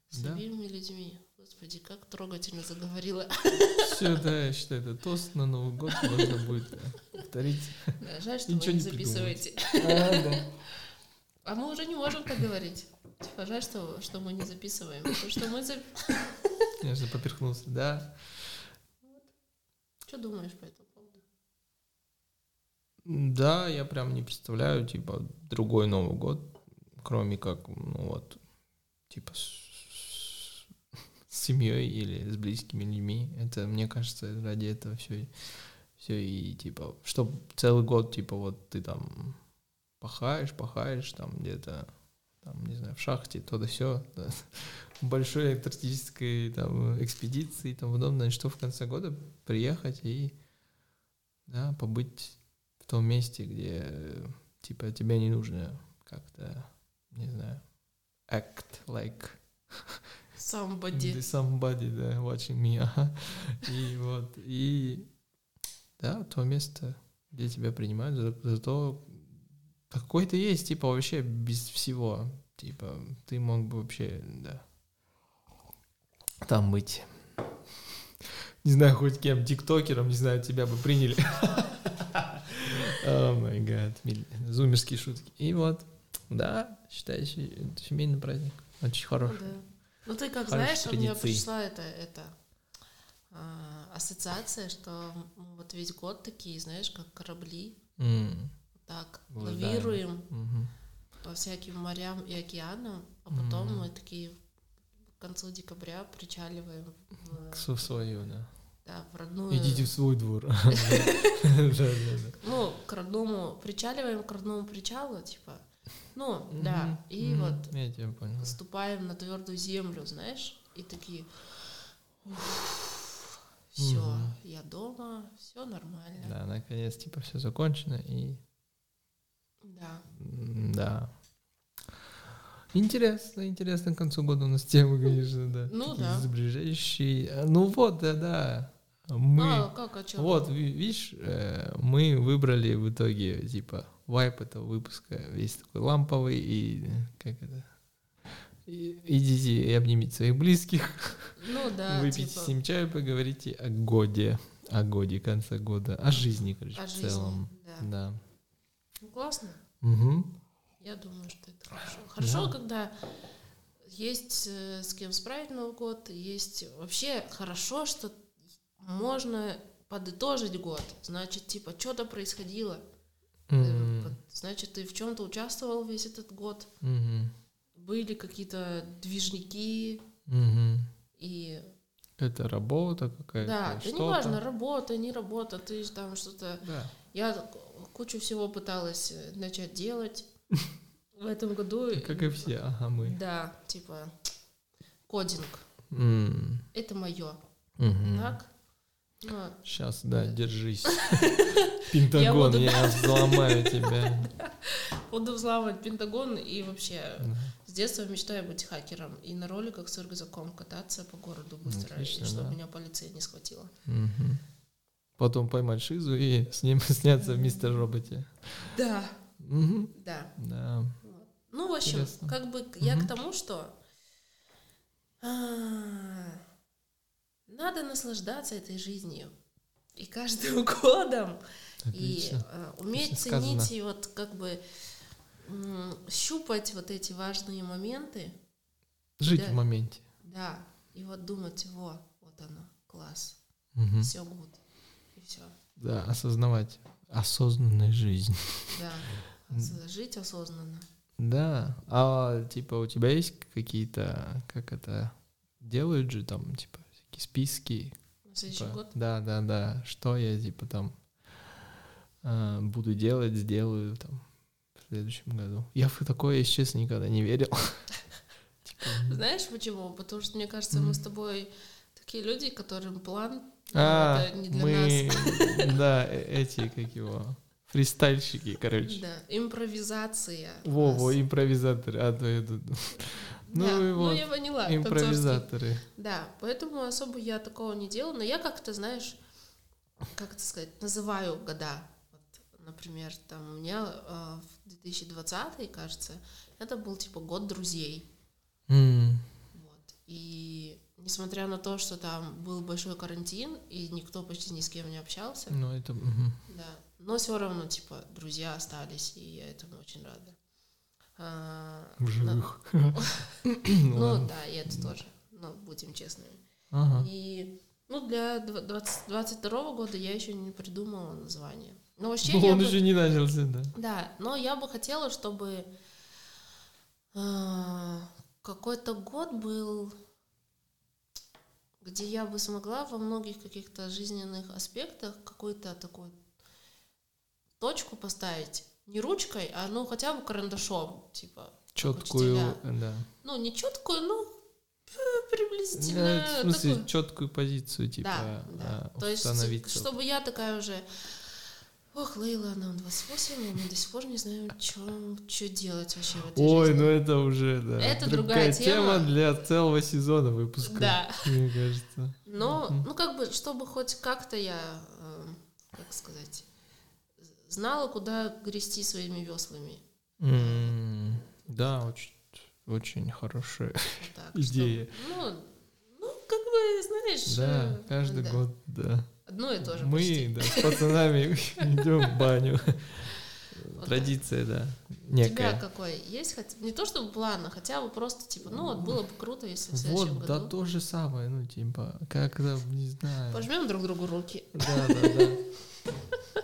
с Да. любимыми людьми. Господи, как трогательно заговорила. Все, да, я считаю, это тост на Новый год можно будет да, повторить. Да, жаль, что Ничего вы не не записываете. А, да. А мы уже не можем так говорить. Типа, жаль, что, что мы не записываем. Потому что мы... За... Я же поперхнулся, да. Что думаешь по этому поводу? Да, я прям не представляю, типа, другой Новый год, кроме как, ну вот, типа, с, семьей или с близкими людьми. Это, мне кажется, ради этого все, все и, типа, чтоб целый год, типа, вот ты там пахаешь, пахаешь, там где-то, там, не знаю, в шахте, то да все, большой электротической там экспедиции и тому подобное, что в конце года приехать и, да, побыть в том месте, где э, типа тебе не нужно как-то, не знаю, act like Somebody. the somebody да, watching me, ага. И вот, и да, то место, где тебя принимают, за, за то, какой ты есть, типа вообще без всего, типа ты мог бы вообще, да, там быть. Не знаю, хоть кем, тиктокером, не знаю, тебя бы приняли. О май гад, миль- зумерские шутки. И вот, да, считай, се- это семейный праздник. Очень Ну хороший. да. Ну ты как Хорошие знаешь, у меня традиции. пришла это, это а, ассоциация, что мы вот весь год такие, знаешь, как корабли, М. вот так Блуждаем. лавируем Мгм. по всяким морям и океанам, а потом М. мы такие к концу декабря причаливаем в, К су- в свою, да. да, в родную, Идите в свой двор. Да, да, да. ну, к родному, причаливаем к родному причалу, типа, ну, Мгм, да, и мгм. вот Я тебя понял. ступаем на твердую землю, знаешь, и такие, все, Мгм. я дома, все нормально. Да, наконец, типа, все закончено, и Да. м, да. Интересно, интересно, к концу года у нас тема, конечно, да. Ну Такие да. сближающие. А, Ну вот, да, да. Мы... А, как, о чем? Вот, ви- видишь, э, мы выбрали в итоге, типа, вайп этого выпуска, весь такой ламповый, и э, как это... И- идите и обнимите своих близких, Ну да, выпейте типа, с ним чаю, поговорите о годе, о годе конца года, о жизни, короче, о в жизни. целом. Да. Да. Ну, классно. Мгм. Я думаю, что это хорошо. Хорошо, когда есть э, с кем справить Новый год, есть вообще хорошо, что можно подытожить год. Значит, типа, что-то происходило. Э, М, вот, Значит, ты в чем-то участвовал весь этот год. мгм, были какие-то движники мгм. и Это работа какая-то, да, да что-то. неважно, работа, не работа, ты ж там что-то. Да. Я к- кучу всего пыталась э, начать делать в этом году. Как и все, ага, мы. Да, типа кодинг. М, Это мое. мгм. Так? Ну, Но Сейчас, да, Да. держись. Пентагон, буду- я взломаю тебя. буду взламывать Пентагон и вообще Да. с детства мечтаю быть хакером и на роликах с рюкзаком кататься по городу быстро, Отлично, и чтобы да. меня полиция не схватила. Мгм. Потом поймать Шизу и с ним сняться в Мистер Роботе. Да, Мгм. да. Да. Ну, в общем, Интересно. как бы к- я к Мгм. тому, что а, надо наслаждаться этой жизнью и каждым годом, и Отлично. а, уметь Отлично сказано. ценить и вот как бы м, щупать вот эти важные моменты, Жить да. в моменте. да, и вот думать, во, вот оно, класс, Мгм. все гуд, и все. Да, осознавать осознанная жизнь. Да. С- Жить осознанно. Да. А типа у тебя есть какие-то, как это делают же там, типа, всякие списки? На следующий типа, год. Да, да, да. Что я типа там э, буду делать, сделаю там в следующем году. Я в такое, если честно, никогда не верил. Типа, м. Знаешь почему? Потому что, мне кажется, мы с тобой такие люди, которым план ну, А, это не для мы, да, э- эти, как его, фристайльщики, короче. Да, импровизация. у Во, во, нас. импровизаторы. А, то я тут- Ну Да, и ну вот, я поняла. танцорский. импровизаторы. Да, поэтому особо я такого не делала, но я как-то, знаешь, как это сказать, называю года. Вот, например, там у меня э, в 2020, кажется, это был типа год друзей. М. Вот. И несмотря на то, что там был большой карантин, и никто почти ни с кем не общался, Ну, это... мгм. да, но все равно, типа, друзья остались, и я этому очень рада. А, В на- живых. Ну, ладно. А. да, и это тоже. Но будем честными. Ага. И ну, для 2022 года я еще не придумала название. Но вообще Ну, я он бы- еще не начался, да. Да, но я бы хотела, чтобы э, какой-то год был, где я бы смогла во многих каких-то жизненных аспектах какую-то такую точку поставить. Не ручкой, а ну хотя бы карандашом, типа. Четкую, учителя. да. Ну, не четкую, но э, приблизительно. Да, В смысле, такую. четкую позицию, типа, Да, да. а, То есть, установить. соб- чтобы я такая уже... Ох, Лейла, нам 28, а мы до сих пор не знаем, что делать вообще в этой Ой, жизни. ну это уже, да. Это другая тема. для целого сезона выпуска. Да. Мне кажется. Но, ну, как бы, чтобы хоть как-то я, э, как сказать, знала, куда грести своими веслами. М, Да, очень, очень хорошая Вот так, чтоб- идея. ну, ну, как бы, знаешь... Да, э, каждый да. год, да. Одно и то же почти. Мы, да, с пацанами идем в баню. Вот так. Традиция, да. У тебя Некая. какой есть? хотя- Не то чтобы плана, хотя бы просто, типа, ну, вот было бы круто, если в следующем Вот, да, году... то же самое, ну, типа, как там, не знаю. Пожмем друг другу руки. Да, да, да.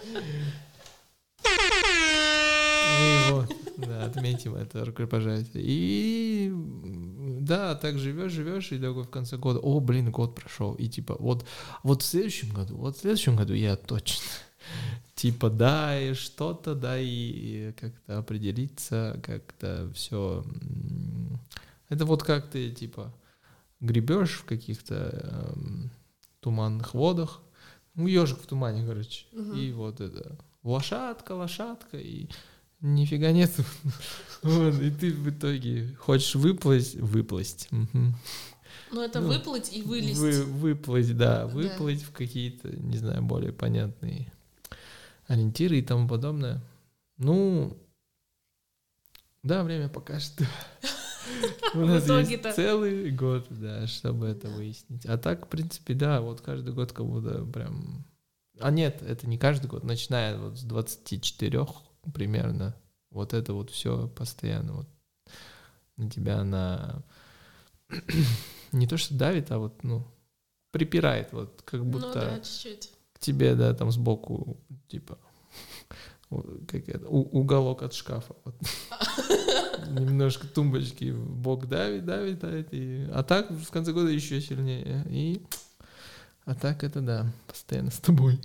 И вот, да, отметим это рукопожатие. И м, да, так живешь, живешь, и такой в конце года, о, блин, год прошел. И типа, вот, вот в следующем году, вот в следующем году я точно. Типа, да, и что-то, да, и как-то определиться, как-то все. Это вот как ты, типа, гребешь в каких-то эм, туманных водах. Ну, ежик в тумане, короче. Мгм. И вот это. Лошадка, лошадка, и нифига нет. Вот, и ты в итоге хочешь выплыть, выплыть. мгм. Ну, это Ну, выплыть и вылезть. Вы- выплыть, да, Да. выплыть в какие-то, не знаю, более понятные ориентиры и тому подобное. Ну, да, время покажет. У В нас итоге-то. есть целый год, да, чтобы это Да. выяснить. А так, в принципе, да, вот каждый год как будто прям... А нет, это не каждый год, начиная вот с 24 примерно. Вот это вот все постоянно вот на тебя на... не то что давит, а вот, ну, припирает, вот как будто Ну, да, чуть-чуть. к тебе, да, там сбоку, типа, у- как это, у- уголок от шкафа. вот. Немножко тумбочки в бок давит, давит, давит. И... А так в конце года еще сильнее. И... А так это да, постоянно с тобой.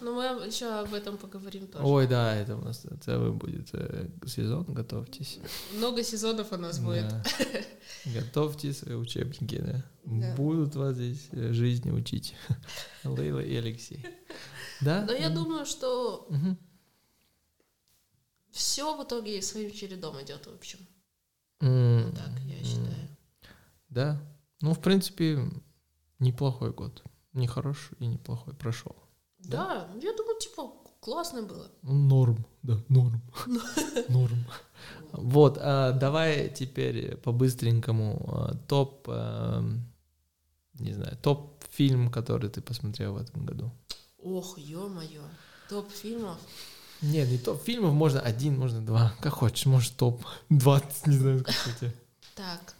Но Ну, мы еще об этом поговорим тоже. Ой, да, это у нас целый будет э, сезон, готовьтесь. Много сезонов у нас будет. Да. Готовьте свои учебники, да. Да. Будут вас здесь э, жизни учить. Лейла и Алексей. Да? Но я Мгм. думаю, что Мгм. все в итоге своим чередом идет, в общем. М, Вот так, я м, считаю. Да. Ну, в принципе, неплохой год. Нехороший и неплохой прошел. Ну, Да, ну, я думаю, типа, классно было. Норм, да, норм. Норм. Вот, а, давай теперь по-быстренькому а, топ, эм, не знаю, топ фильм, который ты посмотрел в этом году. Ох, ё-моё. Топ фильмов. Нет, не топ фильмов, можно один, можно два, как хочешь, может топ 20, не знаю, сколько у тебя. Так.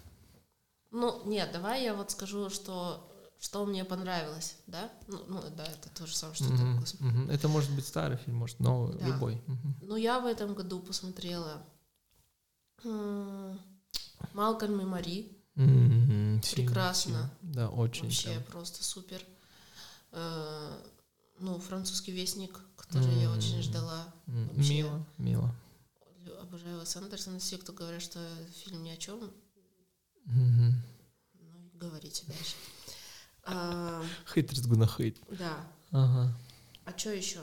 Ну, нет, давай я вот скажу, что что мне понравилось, да? Ну, ну да, это то же самое, что ты Мгм, посмотрел. мгм. Это может быть старый фильм, может новый, Да. любой. Мгм. Ну, я в этом году посмотрела м, Малкольм и Мари. Мгм, сильно, Прекрасно. сильно. Да, очень. Вообще прям. просто супер. Э, Ну, французский вестник, который я очень М. ждала. М, вообще. Мило, мило. Лю- Обожаю Уэса Андерсона. Все, кто говорят, что фильм ни о чем, Мгм. ну, говорите дальше. А, Haters gonna hate. Да. Ага. А что еще?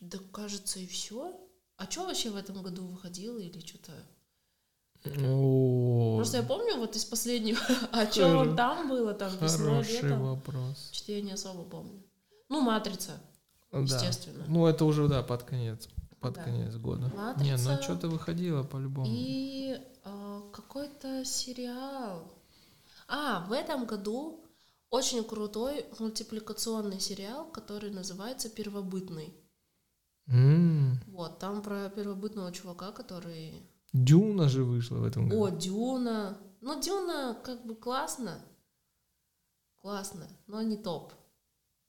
Да кажется и все. А что вообще в этом году выходило или что-то? О, Просто я помню вот из последнего, а Хорошо. что там было, там весной, Хороший летом, вопрос. что-то я не особо помню. Ну, «Матрица», Да. естественно. Ну, это уже, да, под конец. Под Да. конец года. Не, «Матрица» ну что-то выходило по-любому. и а, какой-то сериал. А, в этом году очень крутой мультипликационный сериал, который называется «Первобытный». М, Вот, там про первобытного чувака, который Дюна же вышла в этом году. О, Дюна. Ну, Дюна как бы классно. Классно, но не топ.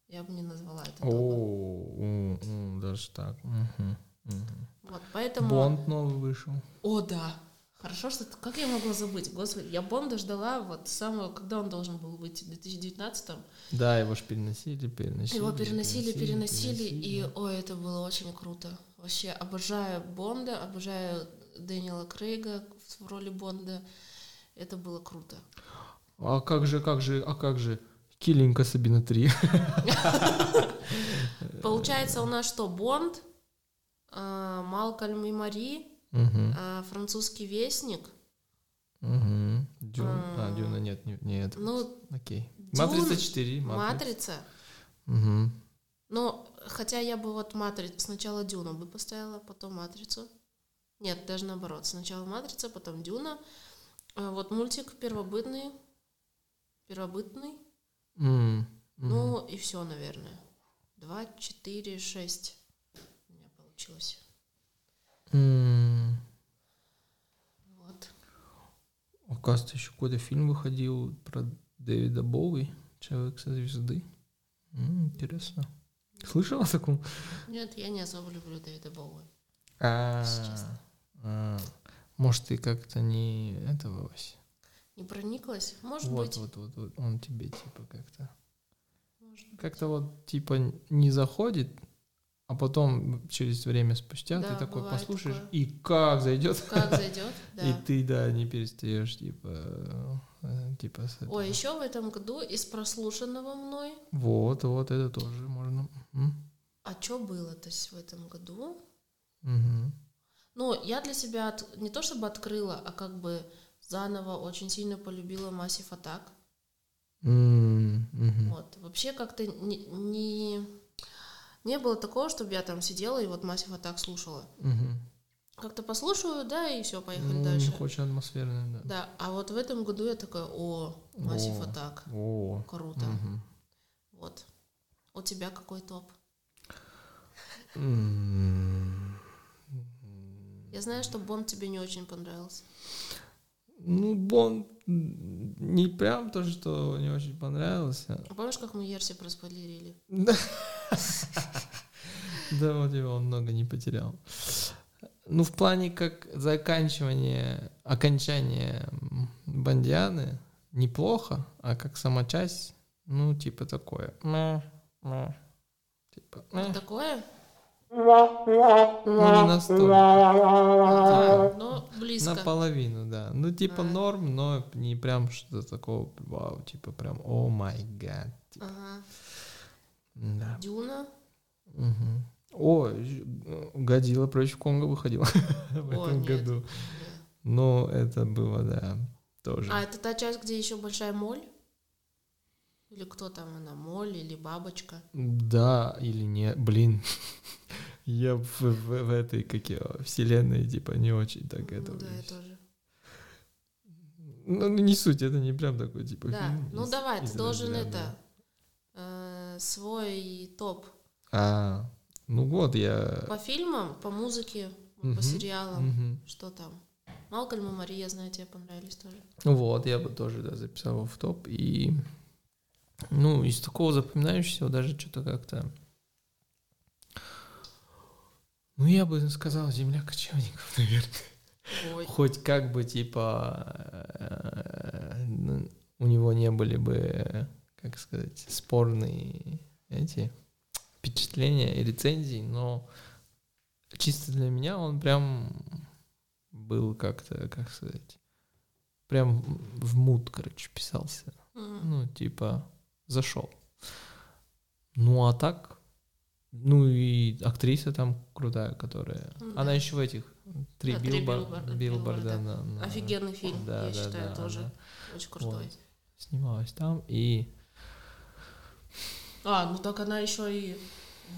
Я бы не назвала это О, топом. м, м, даже так. Мгм, мгм. Вот, поэтому... Бонд новый вышел. О, да. Хорошо, что... ты- Как я могла забыть? Господи, я Бонда ждала вот с самого... Когда он должен был выйти? В 2019-м? Да, его же переносили, переносили. Его переносили, переносили, и, ой, это было очень круто. Вообще, обожаю Бонда, обожаю Дэниела Крейга в роли Бонда. Это было круто. А как же, как же, а как же? Киленька Сабина 3. Э, Получается, у нас что, Бонд, а, Малкольм и Мари, а, французский вестник. Дюна. А, М. Дюна нет, не- нет. Ну, Окей. Дюн, Матрица 4. Матрица. матрица. Мгм. Ну, хотя я бы вот матрицу сначала Дюну бы поставила, потом матрицу. Нет, даже наоборот. Сначала матрица, потом Дюна. А Вот мультик первобытный. Первобытный. М, мгм. Ну и все, наверное. Два, четыре, шесть. У меня получилось. М. Вот. Оказывается, А еще какой-то фильм выходил про Дэвида Боуи, человек со звезды. М, интересно. Слышал о таком? Нет, я не особо люблю Дэвида Боуи. А, честно. а, Может, ты как-то не этого Вась? Не прониклась? Может вот, быть. вот, вот, вот, он тебе типа как-то. Может быть. Как-то вот типа не заходит, а потом через время спустя Да, ты такой бывает послушаешь, такое. и как зайдет. Как зайдет, И да. ты, да, не перестаешь, типа, э, типа с этого. Ой, еще в этом году из прослушанного мной. Вот, вот, это тоже можно. М, А что было то есть в этом году? мгм. Ну, я для себя от- не то чтобы открыла, а как бы заново очень сильно полюбила Massive Attack. М, мгм. Вот. Вообще как-то не, не, не было такого, чтобы я там сидела и вот Massive Attack слушала. Мгм. Как-то послушаю, да, и все, поехали Ну, дальше. Не хочешь атмосферное, да. Да, а вот в этом году я такая, о, О. Massive Attack, О. круто. мгм. Вот. У тебя какой топ? М. Я знаю, что Бонд тебе не очень понравился. Ну, Бонд м, не прям то, что не очень понравился. А помнишь, как мы Ерси проспойлерили? Да, Да, вот его он много не потерял. Ну, в плане как заканчивание, окончание м, Бондианы неплохо, а как сама часть, ну, типа такое. Мэ, мэ. Типа, мэ. Такое? Ну, не настолько. Типа, Но близко. Наполовину, да. Ну, типа А. норм, но не прям что-то такого, вау, типа прям, о май гад. Ага. Да. Дюна. Мгм. О, Годила против Конга выходила в О, этом нет. году. Да. Но это было, да, тоже. А это та часть, где еще большая моль? Или кто там она? Моль или бабочка? Да или нет, блин. Я в, в- в этой, как ее, вселенной, типа, не очень так Ну это... да, я вижу. тоже. Ну, ну, не суть, это не прям такой, типа, Да, фильм ну из- давай, из ты должен разряда. это э, свой топ А, ну вот я... по фильмам, по музыке, Мгм, по сериалам. мгм. Что там? Малкольм и Мария, знаю, тебе понравились тоже. Вот, я бы тоже, да, записал его в топ. И, ну, из такого запоминающегося даже что-то как-то... Ну, я бы сказал, земля кочевников, наверное. Ой. Хоть как бы, типа, э, ну, у него не были бы, э, как сказать, спорные эти впечатления и рецензии, но чисто для меня он прям был как-то, как сказать, прям в мут, короче, писался. М. Ну, типа, зашел. Ну, а так, ну и актриса там крутая, которая... Ну, да. Она еще в этих три А, три билбор- билборда, билборда билборда. на- на- Офигенный фильм, Да, я да, считаю, да, тоже. она Очень крутой. Снималась там и... А, ну так она еще и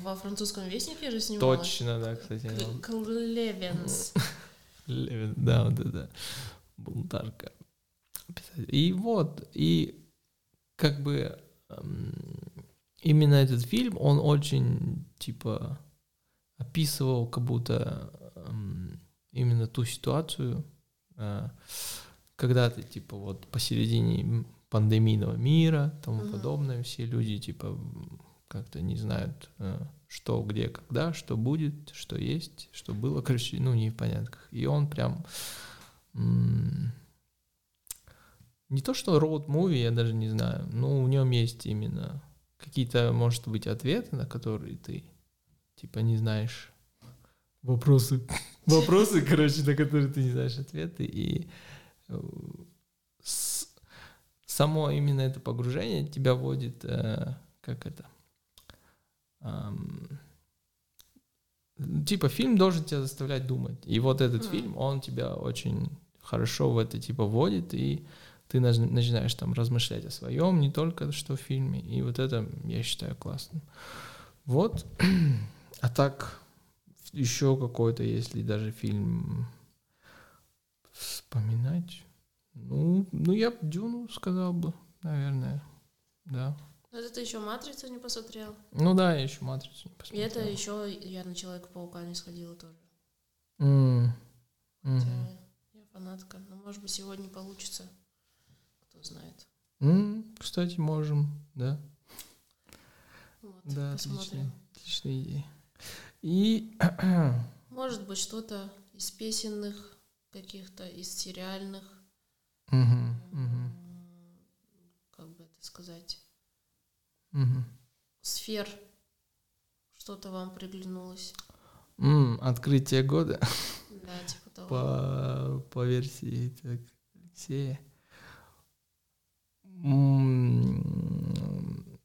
во французском вестнике же снималась. Точно, да, кстати. она- Кл- Клевенс. Левин, Да, вот это. Бунтарка. Писатель. И вот, и как бы эм, именно этот фильм, он очень, типа, описывал как будто эм, именно ту ситуацию, а, когда ты, типа, вот посередине пандемийного мира, тому Мгм. подобное, все люди, типа, м, как-то не знают, э, что, где, когда, что будет, что есть, что было, короче, ну, не в понятках. И он прям... м, Не то, что роуд-муви, я даже не знаю, но в нем есть именно какие-то, может быть, ответы, на которые ты, типа, не знаешь. Вопросы. Вопросы, короче, на которые ты не знаешь ответы. И э, с- само именно это погружение тебя вводит, э, как это, ам, типа фильм должен тебя заставлять думать. И вот этот Мгм. фильм, он тебя очень хорошо в это типа вводит, и ты наж- начинаешь там размышлять о своем, не только что в фильме. И вот это, я считаю, классно. Вот. А так, еще какой-то, если даже фильм вспоминать. Ну, ну я б Дюну сказал бы, наверное. Да. Ну это ты еще матрицу не посмотрел. Ну да, я еще матрицу не И посмотрел. это еще я на Человека-паука не сходила тоже. М, мгм. Хотя Я фанатка. Но может быть сегодня получится. Кто знает. М, Кстати, можем, да. Вот, Да, посмотрим. отлично. Отличная идея. И Может быть что-то из песенных каких-то, из сериальных. Мгм, мгм, м, Как бы это сказать? мгм. Сфер. Что-то вам приглянулось. М, открытие года Да, типа того. по, по версии так, Алексея. М,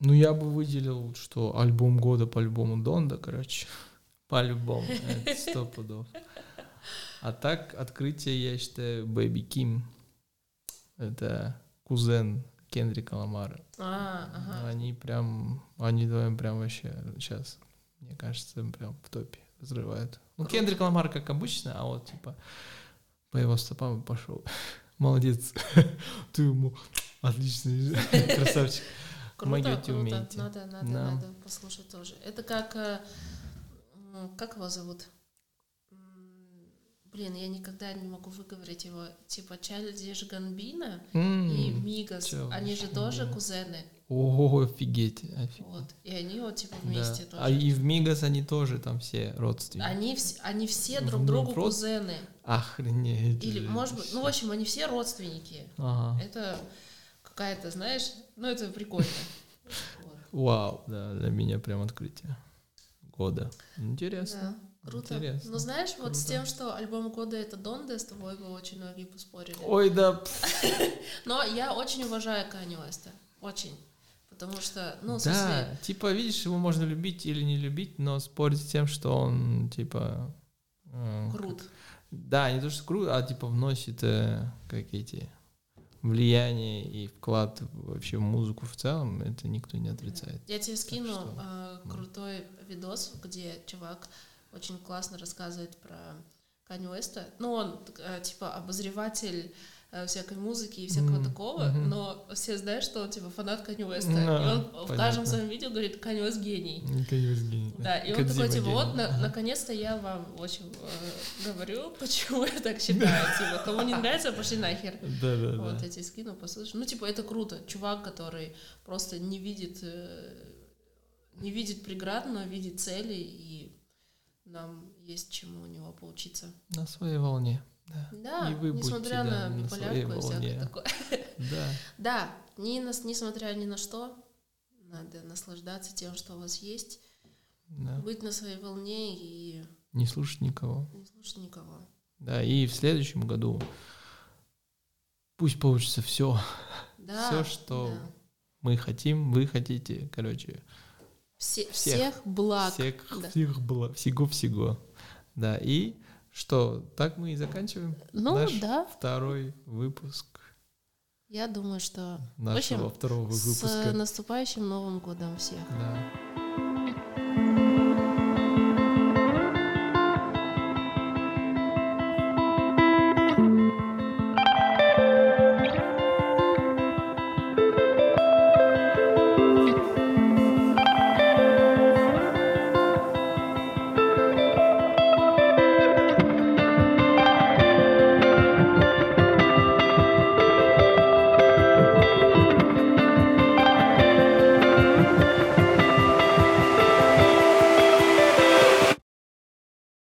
Ну, я бы выделил, что альбом года по-любому Донда, короче. По-любому, это сто пудов. А так, открытие, я считаю, Бэби Ким. Это кузен Кендрика Ламара. А, ага. Они прям, они двоем прям вообще сейчас, мне кажется, прям в топе взрывают. Ну, Круто. Кендрик Ламар, как обычно, а вот, типа, по его стопам и пошел. Молодец. Ты ему отличный красавчик. Круто, Магию круто. умеете. Надо, надо, Да. надо послушать тоже. Это как... э, м, Как его зовут? М, Блин, я никогда не могу выговорить его. Типа Чарльзиш Гамбино и М, Мигас. Чарльз Они же тоже Гамбино. кузены. Ого, офигеть. офи- Вот. И они вот типа Да. вместе тоже. А и в Мигас они тоже там все родственники. Они, вс- они все В друг другу Нуфрос? кузены. Охренеть. Или, же. может быть, ну, в общем, они все родственники. Ага. Это какая-то, знаешь, ну, это прикольно. Вот. Вау, да, для меня прям открытие года. Интересно. Да, круто. Интересно. Ну знаешь, вот с Круто. тем, что альбом года это Донда, с тобой бы очень многие поспорили. Ой, да, Но я очень уважаю Канни Уэста. Очень. Потому что, ну, в смысле, да, типа, видишь, его можно любить или не любить, но спорить с тем, что он, типа... э, крут. Да, не то, что круто, а, типа, вносит э, как эти влияние и вклад вообще в музыку в целом, это никто не отрицает. Я тебе скину что, э, крутой видос, где чувак очень классно рассказывает про Канни Уэста. Ну, он, э, типа, обозреватель э, всякой музыки и всякого Мгм, такого, мгм. но все знают, что он типа фанат Канни Уэста. Да, и он в понятно. каждом своем видео говорит, Канни Уэст гений. Никакой гений. Да, и он Кодзима такой, типа, гений. вот, на- наконец-то я вам очень э, говорю, почему я так считаю, типа, кому не нравится, пошли нахер. Да, да, да. Вот эти скину, послушай. Ну, типа, это круто. Чувак, который просто не видит, э, не видит преград, но видит цели, и нам есть чему у него поучиться. На своей волне. Да. Да, И вы будьте, несмотря да, на на своей биполярку и всякое волне. такое. Да. Да, не нас, несмотря ни на что, надо наслаждаться тем, что у вас есть, да. быть на своей волне и Не слушать никого. не слушать никого. Да, и в следующем году пусть получится все. Да, Всё, что да. Мы хотим, вы хотите. Короче, Все- всех. всех. благ. всех, да. всех было, всего-всего. Да, и что, так мы и заканчиваем Ну Наш- да, второй выпуск я думаю, что нашего второго С выпуска. наступающим Новым годом всех. Да.